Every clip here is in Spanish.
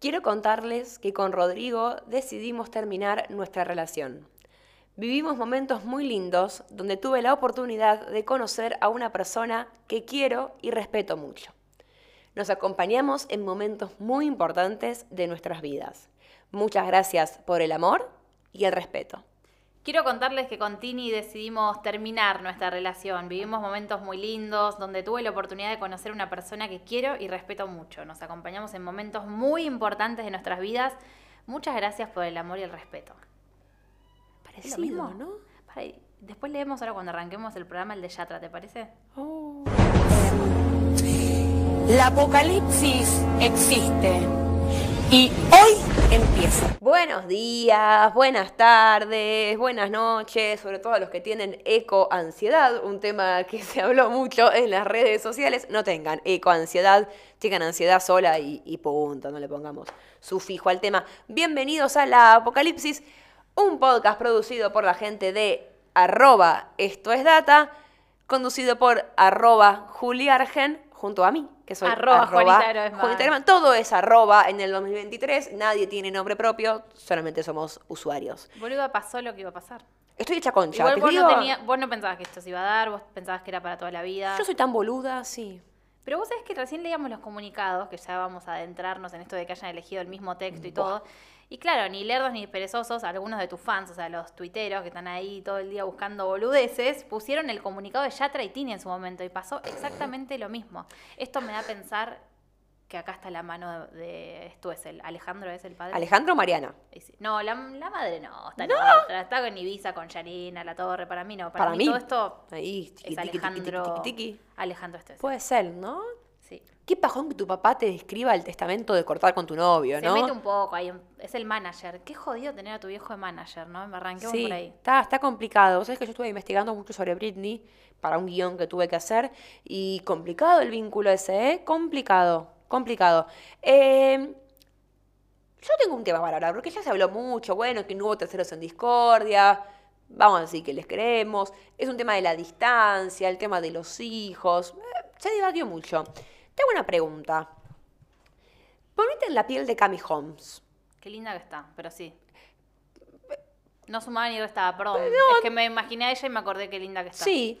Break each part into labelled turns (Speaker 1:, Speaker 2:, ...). Speaker 1: Quiero contarles que con Rodrigo decidimos terminar nuestra relación. Vivimos momentos muy lindos donde tuve la oportunidad de conocer a una persona que quiero y respeto mucho. Nos acompañamos en momentos muy importantes de nuestras vidas. Muchas gracias por el amor y el respeto.
Speaker 2: Quiero contarles que con Tini decidimos terminar nuestra relación. Vivimos momentos muy lindos donde tuve la oportunidad de conocer una persona que quiero y respeto mucho. Nos acompañamos en momentos muy importantes de nuestras vidas. Muchas gracias por el amor y el respeto. ¿Es lo mismo,
Speaker 1: Parecido, ¿no?
Speaker 2: Para, después leemos ahora cuando arranquemos el programa el de Yatra, ¿te parece? Oh.
Speaker 3: La apocalipsis existe y hoy empieza.
Speaker 1: Buenos días, buenas tardes, buenas noches, sobre todo a los que tienen ecoansiedad, un tema que se habló mucho en las redes sociales. No tengan ecoansiedad, tengan ansiedad sola y, y punto, no le pongamos sufijo al tema. Bienvenidos a La Apocalipsis, un podcast producido por la gente de arroba esto es data, conducido por arroba juliargen, junto a mí, que soy
Speaker 2: Arroba Juanita Grossman.
Speaker 1: Juanita Grossman. Todo es arroba en el 2023, nadie tiene nombre propio, solamente somos usuarios.
Speaker 2: Boluda, pasó lo que iba a pasar.
Speaker 1: Estoy hecha concha.
Speaker 2: Igual
Speaker 1: ¿te
Speaker 2: vos
Speaker 1: digo?
Speaker 2: no, tenía- vos no pensabas que esto se iba a dar, vos pensabas que era para toda la vida.
Speaker 1: Yo soy tan boluda, sí.
Speaker 2: Pero vos sabés que recién leíamos los comunicados, que ya vamos a adentrarnos en esto de que hayan elegido el mismo texto y todo. Y claro, ni lerdos ni perezosos, algunos de tus fans, o sea, los tuiteros que están ahí todo el día buscando boludeces, pusieron el comunicado de Yatra y Tini en su momento y pasó exactamente lo mismo. Esto me da a pensar que acá está la mano de, de- esto es el Alejandro es el padre.
Speaker 1: Alejandro Mariana.
Speaker 2: Y sí. No, la, la madre no, está en otra, está con Ibiza, con Yanina, la torre, para mí no, para,
Speaker 1: Para
Speaker 2: mí,
Speaker 1: mí.
Speaker 2: todo esto
Speaker 1: Ahí, tiqui,
Speaker 2: es
Speaker 1: tiqui, tiqui, tiqui,
Speaker 2: Alejandro.
Speaker 1: tiqui, tiqui.
Speaker 2: Alejandro esto es.
Speaker 1: Puede ser, ¿no?
Speaker 2: Sí.
Speaker 1: Qué pajón que tu papá te describa el testamento de cortar con tu novio,
Speaker 2: Se
Speaker 1: ¿no?
Speaker 2: mete un poco ahí, es el manager. Qué jodido tener a tu viejo de manager, ¿no? Me arranqué
Speaker 1: Sí,
Speaker 2: por ahí.
Speaker 1: Está, está complicado. Vos sabés que yo estuve investigando mucho sobre Britney para un guión que tuve que hacer y complicado el vínculo ese, ¿eh? Complicado, complicado. Eh, yo tengo un tema para hablar, porque ya se habló mucho, bueno, que no hubo terceros en discordia, vamos a decir que les creemos, es un tema de la distancia, el tema de los hijos, eh, se debatió mucho. Tengo una pregunta. Ponete en la piel de Cami Holmes.
Speaker 2: Qué linda que está, pero sí. No sumaba ni restaba, perdón. es que me imaginé a ella y me acordé qué linda que está.
Speaker 1: Sí.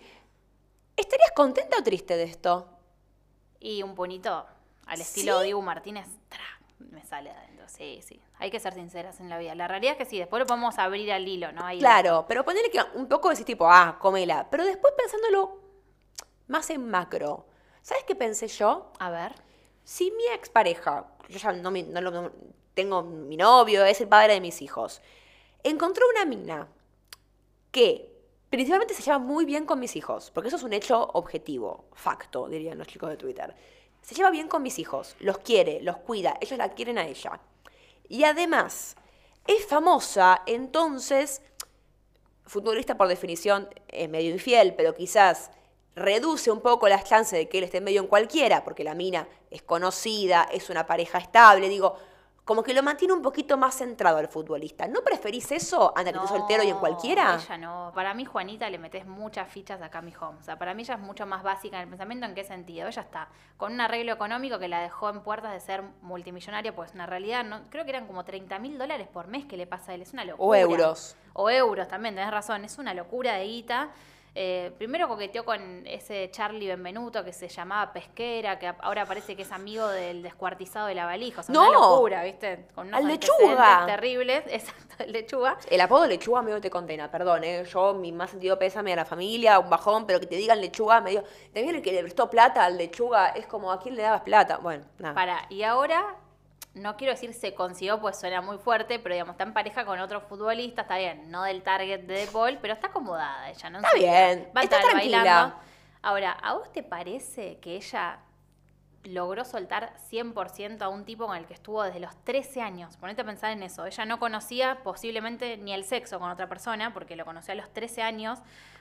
Speaker 1: ¿Estarías contenta o triste de esto?
Speaker 2: Y un punito al estilo
Speaker 1: ¿Sí?
Speaker 2: Diego Martínez, tra, me sale de adentro. Sí, sí. Hay que ser sinceras en la vida. La realidad es que sí, después lo podemos abrir al hilo, ¿no? Ahí
Speaker 1: Claro, pero ponerle que un poco decís tipo, ah, comela. Pero después pensándolo más en macro, ¿sabes qué pensé yo?
Speaker 2: A ver.
Speaker 1: Si mi expareja, yo ya no, mi- no lo- no- tengo mi novio, es el padre de mis hijos, encontró una mina que principalmente se lleva muy bien con mis hijos, porque eso es un hecho objetivo, facto, dirían los chicos de Twitter. Se lleva bien con mis hijos, los quiere, los cuida, ellos la quieren a ella. Y además, es famosa, entonces futbolista por definición es medio infiel, pero quizás reduce un poco las chances de que él esté medio en cualquiera, porque la mina es conocida, es una pareja estable, digo, como que lo mantiene un poquito más centrado al futbolista. ¿No preferís eso anda que estés soltero y en
Speaker 2: No,
Speaker 1: cualquiera?
Speaker 2: Ella no. Para mí, Juanita, le metes muchas fichas acá a mi home. O sea, para mí ella es mucho más básica en el pensamiento. ¿En qué sentido? Ella está con un arreglo económico que la dejó en puertas de ser multimillonaria, pues una realidad, no, creo que eran como 30 mil dólares por mes que le pasa a él. Es una locura.
Speaker 1: euros.
Speaker 2: O euros también, tenés razón. Es una locura de guita. Eh, primero coqueteó con ese Charlie Benvenuto que se llamaba Pesquera, que ahora parece que es amigo del descuartizado de la valija. O sea, una
Speaker 1: No.
Speaker 2: locura, ¿viste? Con unos
Speaker 1: Al
Speaker 2: antecedentes
Speaker 1: Lechuga.
Speaker 2: terribles. Exacto, el lechuga.
Speaker 1: El apodo lechuga medio te condena, perdón, ¿eh? yo mi más sentido pésame a la familia, un bajón, pero que te digan lechuga medio... También el que le prestó plata al lechuga es como, ¿a quién le dabas plata? Bueno, nada.
Speaker 2: Para, y ahora, no quiero decir se consiguió, pues suena muy fuerte, pero digamos, está en pareja con otro futbolista, está bien, no del target de De Paul, pero está acomodada ella, ¿no? En
Speaker 1: Está
Speaker 2: su vida.
Speaker 1: bien,
Speaker 2: Va a
Speaker 1: está
Speaker 2: estar
Speaker 1: tranquila.
Speaker 2: bailando. Ahora, ¿a vos te parece que ella logró soltar 100% a un tipo con el que estuvo desde los 13 años? Ponete a pensar en eso. Ella no conocía posiblemente ni el sexo con otra persona, porque lo conoció a los 13 años.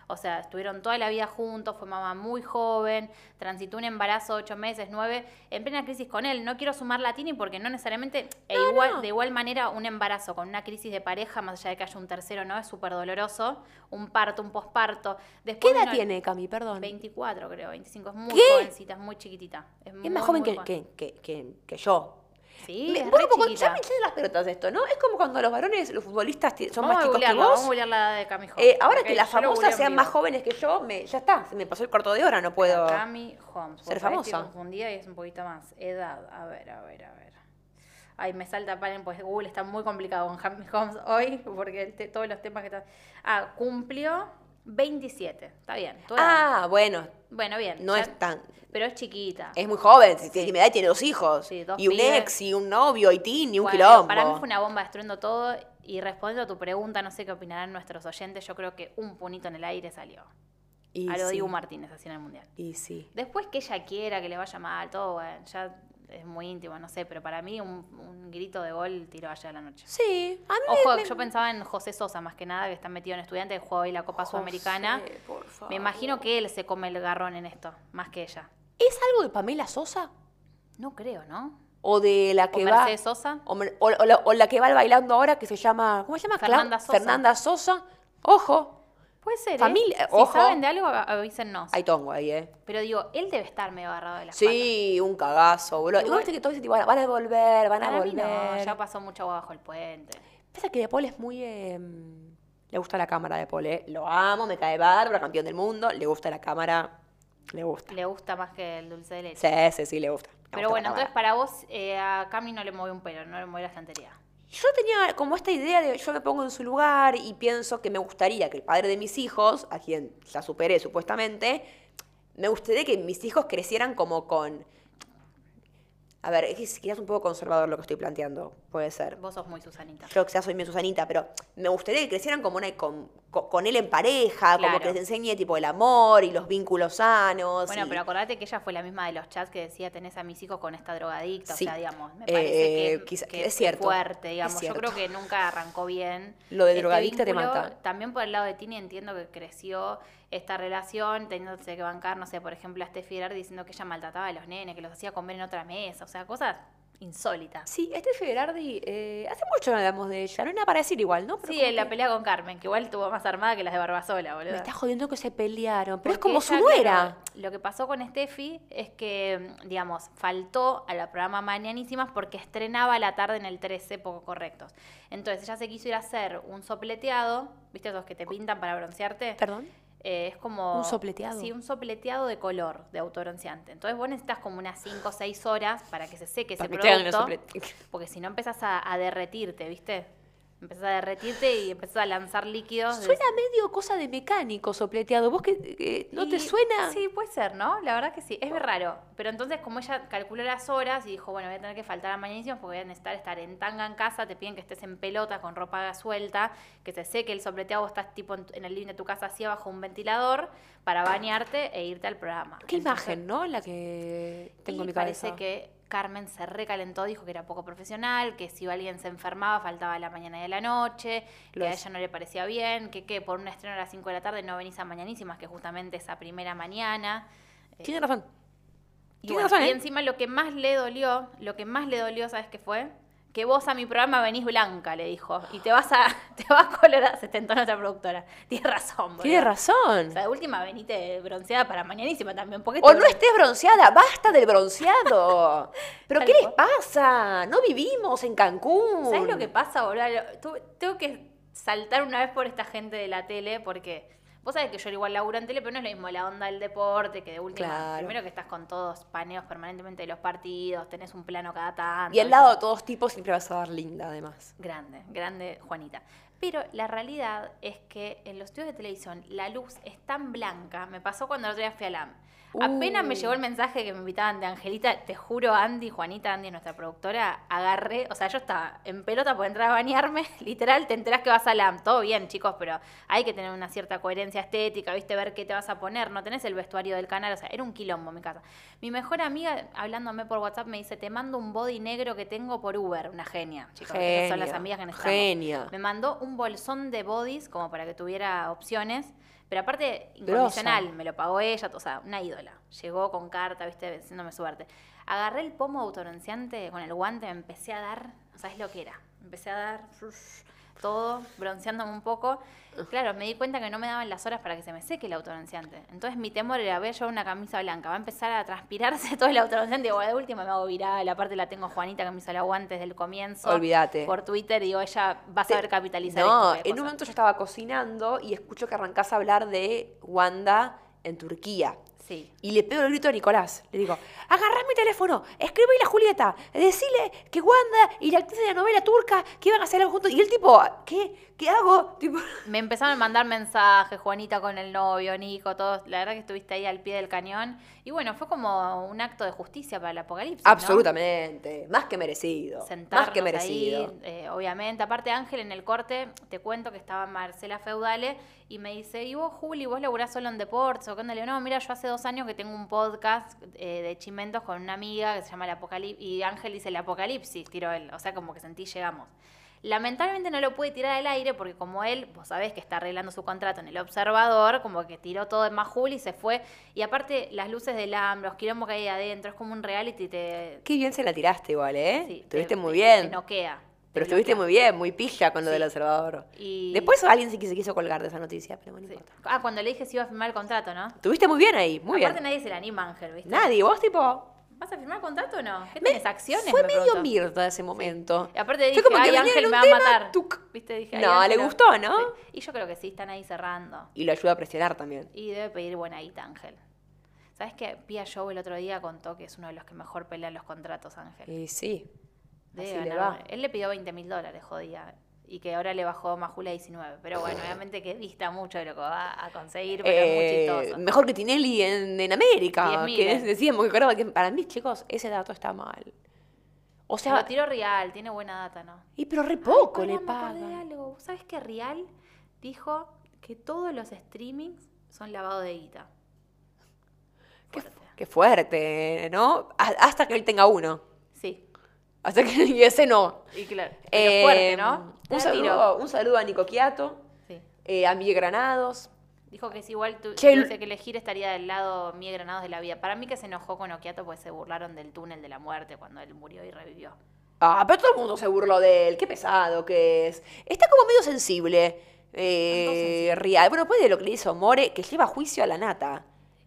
Speaker 2: O sea, estuvieron toda la vida juntos, fue mamá muy joven, transitó un embarazo de 8 meses, 9, en plena crisis con él. No quiero sumar a Tini porque no necesariamente, e igual, de igual manera, un embarazo con una crisis de pareja, más allá de que haya un tercero, ¿no? Es súper doloroso. Un parto, un posparto.
Speaker 1: ¿Qué
Speaker 2: Después
Speaker 1: edad
Speaker 2: vino-
Speaker 1: tiene Cami, perdón?
Speaker 2: 24, creo, 25. Es muy
Speaker 1: ¿Qué?
Speaker 2: jovencita, es muy chiquitita. Es, muy,
Speaker 1: Es más joven
Speaker 2: muy
Speaker 1: que, que, que- que- que yo.
Speaker 2: Sí,
Speaker 1: Me-
Speaker 2: es
Speaker 1: vos
Speaker 2: re
Speaker 1: como-
Speaker 2: chiquita.
Speaker 1: ya me hinché de las pelotas esto, ¿no? Es como cuando los varones, los futbolistas ti- son
Speaker 2: vamos
Speaker 1: más
Speaker 2: a
Speaker 1: chicos que
Speaker 2: googlearla,
Speaker 1: vos.
Speaker 2: vamos a googlear la edad de Cami Holmes.
Speaker 1: Eh, ahora
Speaker 2: Ok,
Speaker 1: que las
Speaker 2: yo lo googleo
Speaker 1: famosas
Speaker 2: en
Speaker 1: sean
Speaker 2: vivo.
Speaker 1: más jóvenes que yo, me, ya está, se me pasó el corto de hora, no puedo.
Speaker 2: Cami Holmes.
Speaker 1: ser
Speaker 2: porque por ahí estoy
Speaker 1: famosa.
Speaker 2: confundida y es un poquito más. Edad. A ver, a ver, a ver. Ay, me salta, paren, pues Google está muy complicado con Cami Holmes hoy, porque el te- todos los temas que están. Ah, cumplió 27. Está bien. tu edad.
Speaker 1: Ah, bueno,
Speaker 2: bueno, bien.
Speaker 1: no
Speaker 2: ya-
Speaker 1: es tan.
Speaker 2: Pero es chiquita.
Speaker 1: Es muy joven, si
Speaker 2: Sí.
Speaker 1: tiene mi edad y tiene dos hijos.
Speaker 2: Sí, dos
Speaker 1: y un
Speaker 2: pibes.
Speaker 1: ex, y un novio, y tin, y un
Speaker 2: Bueno,
Speaker 1: quilombo.
Speaker 2: Para mí fue una bomba destruyendo todo. Y respondiendo a tu pregunta, no sé qué opinarán nuestros oyentes, yo creo que un punito en el aire salió.
Speaker 1: y
Speaker 2: a lo
Speaker 1: sí,
Speaker 2: Dibu Martínez, así en el Mundial.
Speaker 1: Y sí.
Speaker 2: Después que ella quiera, que le vaya mal, todo, bueno, ya es muy íntimo, no sé, pero para mí un, un grito de gol tiró ayer a la noche.
Speaker 1: Sí, a mí
Speaker 2: Ojo,
Speaker 1: me-
Speaker 2: yo pensaba en José Sosa más que nada, que está metido en estudiante, que juega hoy la Copa
Speaker 1: José,
Speaker 2: Sudamericana.
Speaker 1: por favor.
Speaker 2: Me imagino que él se come el garrón en esto, más que ella.
Speaker 1: ¿Es algo de Pamela Sosa?
Speaker 2: No creo, ¿no?
Speaker 1: ¿O de la
Speaker 2: O
Speaker 1: que va.
Speaker 2: Mercedes Sosa.
Speaker 1: O, mer- o- o la, o la que va bailando ahora que se llama. ¿Cómo se llama? Cla-
Speaker 2: Fernanda Sosa.
Speaker 1: Fernanda Sosa. Ojo.
Speaker 2: Puede ser. ¿eh?
Speaker 1: Familia-
Speaker 2: si
Speaker 1: ojo.
Speaker 2: saben de algo, a- avísennos.
Speaker 1: Hay tongo ahí, ¿eh?
Speaker 2: Pero digo, él debe estar medio agarrado de las
Speaker 1: Sí, un cagazo, boludo. Igual
Speaker 2: Igual-
Speaker 1: viste que todo ese tipo van a- van a volver, van
Speaker 2: patas.
Speaker 1: a
Speaker 2: Para mí
Speaker 1: volver.
Speaker 2: no, ya pasó mucho agua bajo el puente.
Speaker 1: Pasa que De Paul es muy. eh, le gusta la cámara de Paul, ¿eh? Lo amo, me cae bárbaro, campeón del mundo. Le gusta la cámara. Le gusta.
Speaker 2: Le gusta más que el dulce de leche.
Speaker 1: Sí, sí, sí, le gusta. Le gusta la
Speaker 2: Pero bueno,
Speaker 1: cámara.
Speaker 2: entonces para vos eh, a Cami no le movió un pelo, no le movió la estantería.
Speaker 1: Yo tenía como esta idea de yo me pongo en su lugar y pienso que me gustaría que el padre de mis hijos, a quien ya superé supuestamente, me gustaría que mis hijos crecieran como con... A ver, es que si quizás un poco conservador lo que estoy planteando, puede ser.
Speaker 2: Vos sos muy Susanita.
Speaker 1: Yo quizás soy mi Susanita, pero me gustaría que crecieran como una, con, con- con él en pareja, como
Speaker 2: Claro.
Speaker 1: que les enseñe tipo el amor y los vínculos sanos.
Speaker 2: Bueno,
Speaker 1: y-
Speaker 2: pero acordate que ella fue la misma de los chats que decía tenés a mis hijos con esta drogadicta,
Speaker 1: Sí.
Speaker 2: o sea, digamos, me
Speaker 1: Eh,
Speaker 2: parece que,
Speaker 1: quizá-
Speaker 2: que
Speaker 1: es
Speaker 2: fue
Speaker 1: cierto,
Speaker 2: fuerte,
Speaker 1: es
Speaker 2: digamos.
Speaker 1: cierto.
Speaker 2: Yo creo que nunca arrancó bien. este
Speaker 1: Lo de drogadicta te mata.
Speaker 2: También por el lado de Tini entiendo que creció esta relación, teniéndose que bancar, no sé, por ejemplo, a Steffi Gerardi diciendo que ella maltrataba a los nenes, que los hacía comer en otra mesa, o sea, cosas insólitas.
Speaker 1: Sí, este Gerardi, eh, hace mucho no hablamos de ella, no era para decir igual, ¿no? Pero
Speaker 2: Sí,
Speaker 1: como
Speaker 2: en la
Speaker 1: que-
Speaker 2: pelea con Carmen, que igual tuvo más armada que las de Barbasola, boludo.
Speaker 1: Me está jodiendo que se pelearon, pero es
Speaker 2: Porque
Speaker 1: como su
Speaker 2: ella, claro,
Speaker 1: nuera.
Speaker 2: Lo que pasó con Steffi es que, mm, digamos, faltó a la programa Mañanísimas porque estrenaba a la tarde en el 13, poco correctos. Entonces ella se quiso ir a hacer un sopleteado, ¿viste esos que te pintan para broncearte?
Speaker 1: Perdón.
Speaker 2: Eh, es como.
Speaker 1: ¿Un sopleteado?
Speaker 2: Sí, un sopleteado de color, de autobronceante. Entonces vos necesitas como unas 5 o 6 horas para que se seque ese
Speaker 1: Para que te hagan el
Speaker 2: producto.
Speaker 1: soplete.
Speaker 2: Porque si no empezás a, a derretirte, ¿viste? Empezás a derretirte y empezás a lanzar líquidos. de-
Speaker 1: Suena medio cosa de mecánico sopleteado. ¿Vos que eh, no te
Speaker 2: y-
Speaker 1: suena?
Speaker 2: Sí, puede ser, ¿no? La verdad que sí, es raro. Pero entonces, como ella calculó las horas y dijo, bueno, voy a tener que faltar a mañanísimas porque voy a necesitar estar en tanga en casa, te piden que estés en pelota, con ropa suelta, que se seque el sopleteado, vos estás tipo en, tu- en el living de tu casa así bajo un ventilador para bañarte e irte al programa.
Speaker 1: Qué
Speaker 2: Entonces,
Speaker 1: imagen, ¿no? La que tengo
Speaker 2: y
Speaker 1: en mi cabeza.
Speaker 2: parece que Carmen se recalentó, dijo que era poco profesional, que si alguien se enfermaba faltaba a la mañana y a la noche,
Speaker 1: Lo
Speaker 2: que a
Speaker 1: es.
Speaker 2: ella no le parecía bien, que qué, por un estreno a las 5 de la tarde no venís a mañanísimas, que justamente esa primera mañana. Eh,
Speaker 1: Tiene razón.
Speaker 2: y,
Speaker 1: tiene
Speaker 2: bueno,
Speaker 1: razón,
Speaker 2: y
Speaker 1: ¿eh?
Speaker 2: encima lo que más le dolió, lo que más le dolió, ¿sabes qué fue? Que vos a mi programa venís blanca, le dijo, y te vas a, te vas colorada, se tentó nuestra productora. Tienes razón,
Speaker 1: Tiene
Speaker 2: boludo.
Speaker 1: razón.
Speaker 2: O sea, de última venite bronceada para mañanísima también. Porque
Speaker 1: o no estés bronceada, basta del bronceado. ¿Pero
Speaker 2: Tal
Speaker 1: qué les
Speaker 2: cual.
Speaker 1: pasa? No vivimos en Cancún.
Speaker 2: ¿Sabes lo que pasa, boludo? Lo- tu- Tengo que saltar una vez por esta gente de la tele porque vos sabés que yo igual laburo en tele, pero no es lo mismo la onda del deporte que de última.
Speaker 1: Claro.
Speaker 2: Primero que estás con todos paneos permanentemente de los partidos, tenés un plano cada tanto.
Speaker 1: Y al
Speaker 2: ¿viste?
Speaker 1: lado de todos tipos siempre vas a dar linda, además.
Speaker 2: Grande, grande Juanita. Pero la realidad es que en los estudios de televisión la luz es tan blanca. Me pasó cuando el otro día fui a LAM. Apenas me
Speaker 1: Uh.
Speaker 2: llegó el mensaje que me invitaban de Angelita, te juro, Andy, Juanita, Andy, nuestra productora, agarré, o sea, yo estaba en pelota por entrar a bañarme, literal, te enterás que vas a LAM, todo bien, chicos, pero hay que tener una cierta coherencia estética, viste, ver qué te vas a poner, no tenés el vestuario del canal, o sea, era un quilombo en mi casa. Mi mejor amiga, hablándome por WhatsApp, me dice, te mando un body negro que tengo por Uber, una genia, chicos, esas son las
Speaker 1: Genia,
Speaker 2: amigas que necesitamos.
Speaker 1: genia.
Speaker 2: Me mandó un bolsón de bodies como para que tuviera opciones, pero aparte incondicional, me lo pagó ella, o sea, una ídola. Llegó con carta, viste, haciéndome suerte. Agarré el pomo autobronceante con el guante, me empecé a dar, ¿sabes lo que era? Empecé a dar, fruf, todo, bronceándome un poco. Claro, me di cuenta que no me daban las horas para que se me seque el autobronceante. Entonces mi temor era, voy a llevar una camisa blanca, va a empezar a transpirarse todo el autobronceante. Digo, de última me hago viral, aparte la tengo Juanita que me hizo el aguante desde el comienzo.
Speaker 1: Olvídate.
Speaker 2: Por Twitter, digo, ella va a
Speaker 1: Te-
Speaker 2: saber capitalizar
Speaker 1: No,
Speaker 2: esto que
Speaker 1: en
Speaker 2: le
Speaker 1: un
Speaker 2: pasa.
Speaker 1: momento yo estaba cocinando y escucho que arrancás a hablar de Wanda en Turquía.
Speaker 2: Sí.
Speaker 1: Y le pego el grito a Nicolás. Le digo, agarrá mi teléfono, escribí a Julieta, decile que Wanda y la actriz de la novela turca que iban a hacer algo juntos. Y el tipo, ¿qué? ¿Qué hago? Tipo,
Speaker 2: Me empezaron a mandar mensajes, Juanita con el novio, Nico, todos. La verdad que estuviste ahí al pie del cañón. Y bueno, fue como un acto de justicia para el apocalipsis. ¿no?
Speaker 1: Absolutamente. Más que merecido.
Speaker 2: Sentarnos
Speaker 1: más que merecido.
Speaker 2: ahí, eh, obviamente. Aparte, Ángel en el corte, te cuento que estaba Marcela Feudale y me dice, y vos, Juli, vos laburás solo en deportes. O qué onda?". Le digo, no, mira, yo hace dos años que tengo un podcast eh, de chimentos con una amiga que se llama El Apocalipsis. Y Ángel dice, El Apocalipsis, tiró él. O sea, como que sentí, llegamos. Lamentablemente no lo pude tirar al aire porque como él, vos sabés que está arreglando su contrato en el observador, como que tiró todo en más Juli y se fue. Y aparte las luces del AM, los quilombos que hay adentro, es como un reality, te,
Speaker 1: Qué bien se la tiraste igual, ¿eh?
Speaker 2: Sí, te-
Speaker 1: estuviste muy
Speaker 2: te-
Speaker 1: bien.
Speaker 2: Te noquea.
Speaker 1: pero estuviste muy bien, muy pilla con lo
Speaker 2: Sí.
Speaker 1: del observador.
Speaker 2: Y-
Speaker 1: Después alguien se quiso, quiso colgar de esa noticia, pero bueno, no importa.
Speaker 2: Ah, cuando le dije si iba a firmar el contrato, ¿no?
Speaker 1: Estuviste muy bien ahí, muy
Speaker 2: Aparte
Speaker 1: bien.
Speaker 2: nadie se le anima, Ángel, ¿viste?
Speaker 1: Nadie, vos tipo.
Speaker 2: ¿Vas a firmar el contrato o no? ¿Qué
Speaker 1: me-
Speaker 2: tenés, acciones?
Speaker 1: Fue
Speaker 2: me
Speaker 1: medio
Speaker 2: preguntó.
Speaker 1: mierda ese momento.
Speaker 2: Y aparte
Speaker 1: Fue
Speaker 2: dije,
Speaker 1: como que
Speaker 2: ay,
Speaker 1: venía
Speaker 2: Ángel
Speaker 1: en
Speaker 2: me
Speaker 1: un
Speaker 2: va a
Speaker 1: tema,
Speaker 2: matar.
Speaker 1: tuc.
Speaker 2: ¿Viste? Dije, ay,
Speaker 1: No,
Speaker 2: Ángel,
Speaker 1: le
Speaker 2: no.
Speaker 1: gustó, ¿no?
Speaker 2: Sí. Y yo creo que sí, están ahí cerrando.
Speaker 1: Y lo ayuda a presionar también.
Speaker 2: Y debe pedir buena guita, Ángel. ¿Sabes qué? Pia Show el otro día contó que es uno de los que mejor pelean los contratos, Ángel.
Speaker 1: Y sí.
Speaker 2: Debe
Speaker 1: así le
Speaker 2: ganar
Speaker 1: va.
Speaker 2: buena- Él le pidió 20 mil dólares, jodía. Y que ahora le bajó Majula 19. Pero bueno, obviamente que dista mucho de lo que va a conseguir, pero
Speaker 1: Eh,
Speaker 2: es muy chistoso.
Speaker 1: mejor que Tinelli en, en América.
Speaker 2: 10.000,
Speaker 1: Que
Speaker 2: eh.
Speaker 1: decíamos que cobraba que para mí, chicos, ese dato está mal. O
Speaker 2: Se lo
Speaker 1: sea,
Speaker 2: tiró Rial, tiene buena data, ¿no?
Speaker 1: y pero re
Speaker 2: Ay,
Speaker 1: poco
Speaker 2: pará,
Speaker 1: le
Speaker 2: me acordé de
Speaker 1: pagan.
Speaker 2: algo. ¿Vos sabés que Rial dijo que todos los streamings son lavado de guita?
Speaker 1: Qué,
Speaker 2: Fuerte.
Speaker 1: qué fuerte, ¿no? Ha- Hasta que él tenga uno.
Speaker 2: Sí,
Speaker 1: Hasta que y ese no.
Speaker 2: y claro. Pero
Speaker 1: Eh,
Speaker 2: fuerte, ¿no?
Speaker 1: Un
Speaker 2: Cada tiro.
Speaker 1: saludo, un saludo a Nico Quiato,
Speaker 2: Sí.
Speaker 1: eh, a Miguel Granados.
Speaker 2: Dijo que si igual tu,
Speaker 1: Che,
Speaker 2: tuviese
Speaker 1: el-
Speaker 2: que elegir estaría del lado Mie Granados de la vida. Para mí que se enojó con Okiato porque se burlaron del túnel de la muerte cuando él murió y revivió.
Speaker 1: Ah, pero todo el mundo se burló de él, qué pesado que es. Está como medio sensible.
Speaker 2: Tanto
Speaker 1: Eh,
Speaker 2: sensible.
Speaker 1: Rial. Bueno, después de lo que le hizo More, que lleva juicio a la nata.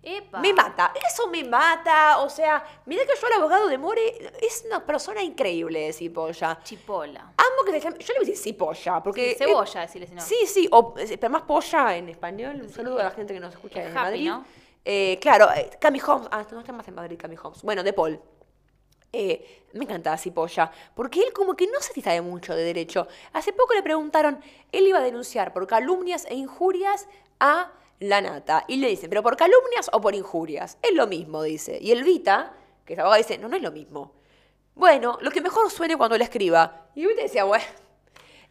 Speaker 2: ¡Epa!
Speaker 1: Me mata, eso me mata. O sea, mirá que yo el abogado de More es una persona increíble, Cipolla.
Speaker 2: Chipola.
Speaker 1: Amo que se llame. Yo le voy a decir Cipolla, porque.
Speaker 2: Sí, cebolla, decirle si no.
Speaker 1: Sí, sí, o, eh, pero más polla en español. Un saludo a la gente que nos escucha
Speaker 2: es
Speaker 1: en
Speaker 2: happy,
Speaker 1: Madrid.
Speaker 2: ¿no?
Speaker 1: Eh, claro, eh, Cami Holmes. Ah, no está más en Madrid, Cami Holmes. Bueno, de Paul. Eh, me encantaba Cipolla, porque él como que no se sabe mucho de derecho. Hace poco le preguntaron, él iba a denunciar por calumnias e injurias a la nata. Y le dicen, ¿pero por calumnias o por injurias? Es lo mismo, dice. Y el Vita, que es abogado, dice, no, no es lo mismo. Bueno, lo que mejor suene cuando le escriba. Y Vita decía, bueno,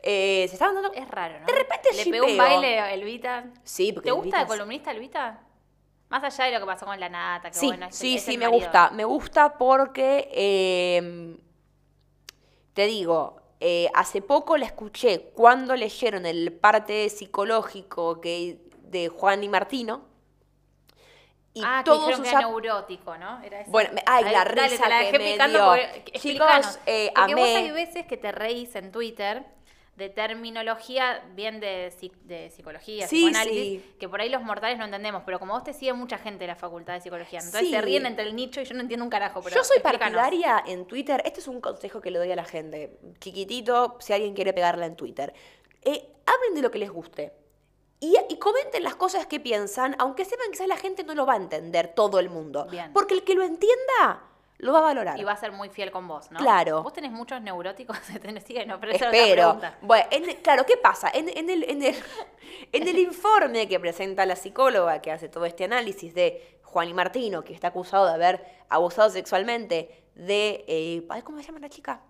Speaker 1: eh, se estaban dando...
Speaker 2: Es raro, ¿no?
Speaker 1: De repente
Speaker 2: Le pegó un
Speaker 1: shippeo.
Speaker 2: baile a Elvita.
Speaker 1: Sí, porque
Speaker 2: ¿Te gusta
Speaker 1: Elvita
Speaker 2: de
Speaker 1: es-
Speaker 2: columnista Elvita? Más allá de lo que pasó con la nata, que
Speaker 1: Sí,
Speaker 2: bueno, es el-
Speaker 1: sí,
Speaker 2: es
Speaker 1: sí,
Speaker 2: el
Speaker 1: me
Speaker 2: marido.
Speaker 1: gusta. Me gusta porque, eh, te digo, eh, hace poco la escuché cuando leyeron el parte psicológico que, de Juan y Martino. Y
Speaker 2: ah, que
Speaker 1: todos
Speaker 2: dijeron
Speaker 1: sus
Speaker 2: que era
Speaker 1: ap-
Speaker 2: neurótico, ¿no? Era eso.
Speaker 1: Bueno, me- ay,
Speaker 2: Ahí-
Speaker 1: la
Speaker 2: dale, te
Speaker 1: risa
Speaker 2: la
Speaker 1: que
Speaker 2: dejé
Speaker 1: me
Speaker 2: picando
Speaker 1: dio.
Speaker 2: porque- explicanos.
Speaker 1: Chicos, eh,
Speaker 2: Porque vos
Speaker 1: amé.
Speaker 2: hay veces que te reís en Twitter de terminología bien de, psi- de psicología,
Speaker 1: Sí,
Speaker 2: psicoanálisis,
Speaker 1: sí.
Speaker 2: que por ahí los mortales no entendemos, pero como vos te sigue mucha gente de la facultad de psicología, entonces
Speaker 1: Sí.
Speaker 2: se ríen entre el nicho y yo no entiendo un carajo, pero
Speaker 1: Yo soy
Speaker 2: explícanos.
Speaker 1: partidaria en Twitter. Este es un consejo que le doy a la gente. Chiquitito, si alguien quiere pegarla en Twitter. Eh, hablen de lo que les guste. Y, y comenten las cosas que piensan, aunque sepan que quizás la gente no lo va a entender todo el mundo.
Speaker 2: Bien.
Speaker 1: Porque el que lo entienda, lo va a valorar.
Speaker 2: Y va a ser muy fiel con vos, ¿no?
Speaker 1: Claro.
Speaker 2: Vos tenés muchos neuróticos, tenés, sí, no, pero esa es otra
Speaker 1: Espero.
Speaker 2: pregunta.
Speaker 1: Bueno, en- claro, ¿qué pasa? En, en el, en el- en el informe que presenta la psicóloga que hace todo este análisis de Juan y Martino, que está acusado de haber abusado sexualmente de. eh, ay, ¿Cómo se llama la chica?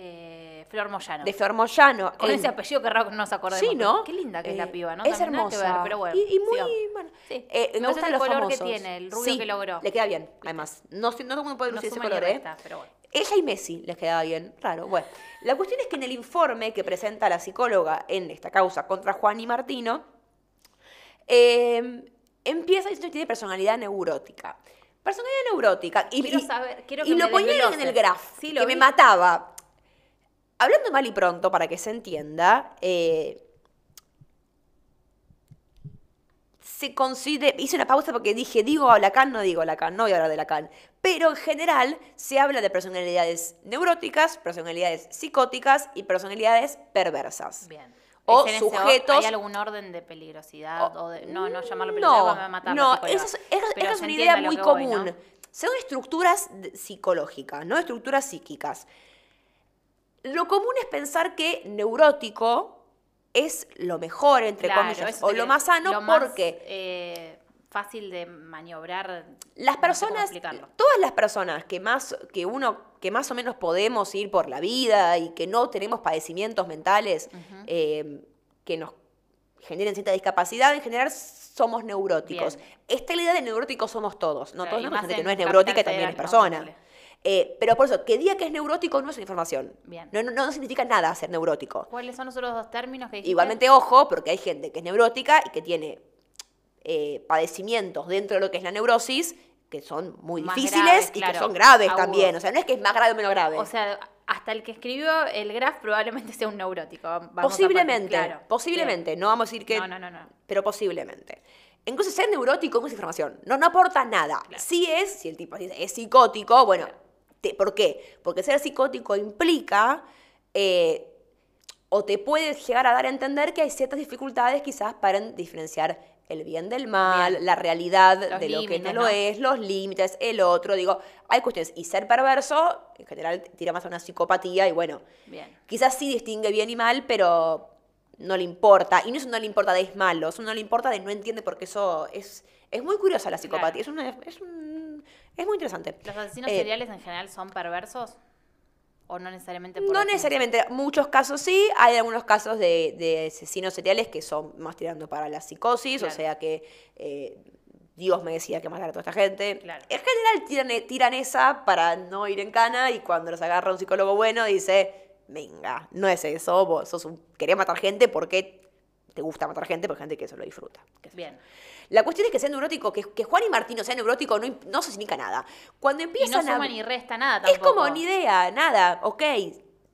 Speaker 2: Eh, Flor Moyano.
Speaker 1: De Flor Moyano.
Speaker 2: Con
Speaker 1: en-
Speaker 2: ese apellido que raro que no nos acordemos.
Speaker 1: Sí, ¿no?
Speaker 2: Qué linda que es
Speaker 1: Eh,
Speaker 2: la piba, ¿no?
Speaker 1: Es
Speaker 2: También nada que
Speaker 1: hermosa.
Speaker 2: ver, pero bueno,
Speaker 1: y, y muy,
Speaker 2: sigamos.
Speaker 1: bueno.
Speaker 2: Sí.
Speaker 1: eh,
Speaker 2: Me
Speaker 1: me,
Speaker 2: gusta
Speaker 1: gustan
Speaker 2: el
Speaker 1: los
Speaker 2: color que
Speaker 1: famosos.
Speaker 2: tiene, el rubio
Speaker 1: Sí,
Speaker 2: que logró.
Speaker 1: Le queda bien, además. No, sé- no todo el mundo puede
Speaker 2: No
Speaker 1: lucir ese
Speaker 2: suma ni
Speaker 1: color, ¿eh?
Speaker 2: resta, pero bueno.
Speaker 1: Ella y Messi les quedaba bien, raro. Bueno, la cuestión es que en el informe que presenta la psicóloga en esta causa contra Juan y Martino, eh, empieza diciendo que tiene personalidad neurótica. Personalidad neurótica. Y,
Speaker 2: Quiero
Speaker 1: y-
Speaker 2: saber- quiero
Speaker 1: y
Speaker 2: que me
Speaker 1: lo ponían en
Speaker 2: desgloses.
Speaker 1: el graph,
Speaker 2: Sí, lo
Speaker 1: que
Speaker 2: vi.
Speaker 1: me mataba. hablando mal y pronto, para que se entienda, eh, se considera, hice una pausa porque dije, digo a Lacan, no digo a Lacan, no voy a hablar de Lacan, pero en general se habla de personalidades neuróticas, personalidades psicóticas y personalidades perversas.
Speaker 2: Bien.
Speaker 1: O
Speaker 2: Es en ese or-
Speaker 1: sujetos-
Speaker 2: ¿Hay algún orden de peligrosidad?
Speaker 1: O-
Speaker 2: o de- no, no llamarlo peligrosidad
Speaker 1: Oh, No,
Speaker 2: porque me va a matar. la
Speaker 1: no,
Speaker 2: psicóloga.
Speaker 1: esa es, esa-
Speaker 2: Pero
Speaker 1: esa es
Speaker 2: se
Speaker 1: una
Speaker 2: entiende
Speaker 1: idea
Speaker 2: a lo
Speaker 1: muy
Speaker 2: que voy, ¿no?
Speaker 1: común. Son estructuras de- psicológicas, no estructuras psíquicas. Lo común es pensar que neurótico es lo mejor, entre
Speaker 2: Claro,
Speaker 1: comillas,
Speaker 2: eso
Speaker 1: o
Speaker 2: te-
Speaker 1: lo más sano
Speaker 2: lo más,
Speaker 1: porque
Speaker 2: eh, fácil de maniobrar.
Speaker 1: las
Speaker 2: no sé cómo
Speaker 1: personas,
Speaker 2: explicarlo.
Speaker 1: todas las personas que más, que uno, que más o menos podemos ir por la vida y que no tenemos padecimientos mentales eh, que nos generen cierta discapacidad, en general somos neuróticos.
Speaker 2: Bien.
Speaker 1: Esta idea de neuróticos somos todos, no
Speaker 2: Claro,
Speaker 1: todos,
Speaker 2: y
Speaker 1: no,
Speaker 2: más
Speaker 1: gente que
Speaker 2: en
Speaker 1: no es
Speaker 2: Capital
Speaker 1: neurótica y también es
Speaker 2: Federal, ¿no?
Speaker 1: persona.
Speaker 2: Ponele.
Speaker 1: Eh, pero por eso, que diga que es neurótico no es una información.
Speaker 2: Bien.
Speaker 1: No, no, no significa nada ser neurótico.
Speaker 2: ¿Cuáles son los otros dos términos que dijiste?
Speaker 1: Igualmente, ojo, porque hay gente que es neurótica y que tiene eh, padecimientos dentro de lo que es la neurosis que son muy
Speaker 2: Más
Speaker 1: difíciles
Speaker 2: graves,
Speaker 1: y que
Speaker 2: claro,
Speaker 1: son graves
Speaker 2: agudos.
Speaker 1: también. O sea, no es que es más grave o menos grave.
Speaker 2: O sea, hasta el que escribió el graph probablemente sea un neurótico. vamos a partir-
Speaker 1: posiblemente,
Speaker 2: claro.
Speaker 1: posiblemente.
Speaker 2: Bien.
Speaker 1: No vamos a decir que...
Speaker 2: No, no, no, no.
Speaker 1: Pero posiblemente. Incluso ser neurótico no es información. No, no aporta nada.
Speaker 2: Claro.
Speaker 1: Si es, si el tipo es, es psicótico, bueno, te- ¿por qué? Porque ser psicótico implica... eh, o te puede llegar a dar a entender que hay ciertas dificultades quizás para en- diferenciar el bien del mal,
Speaker 2: Bien.
Speaker 1: la realidad
Speaker 2: Los
Speaker 1: de lo que no
Speaker 2: límites,
Speaker 1: lo
Speaker 2: ¿no?
Speaker 1: es, los límites, el otro, digo, hay cuestiones. Y ser perverso, en general, tira más a una psicopatía y bueno,
Speaker 2: Bien.
Speaker 1: quizás sí distingue bien y mal, pero no le importa. Y no eso no le importa de es malo, eso no le importa de no entiende porque eso es, es muy curiosa la psicopatía, es, una- es un- es muy interesante.
Speaker 2: ¿Los asesinos
Speaker 1: Eh,
Speaker 2: seriales en general son perversos? ¿O no necesariamente? por
Speaker 1: No
Speaker 2: definición?
Speaker 1: necesariamente, muchos casos sí, hay algunos casos de, de asesinos seriales que son más tirando para la psicosis, o
Speaker 2: Claro.
Speaker 1: sea que eh, Dios me decía que matar a toda esta gente.
Speaker 2: Claro.
Speaker 1: En general tiran, e- tiran esa para no ir en cana y cuando los agarra un psicólogo bueno dice, venga, no es eso, vos sos un, querés matar gente porque te gusta matar gente, porque hay gente que eso lo disfruta. qué sé yo.
Speaker 2: Bien.
Speaker 1: La cuestión es que sea neurótico, que, que Juan y Martino sea neurótico no, imp- no significa nada. Cuando
Speaker 2: Y no
Speaker 1: empiezan
Speaker 2: suma
Speaker 1: a...
Speaker 2: ni resta nada
Speaker 1: Es
Speaker 2: tampoco.
Speaker 1: como ni idea, nada, ok,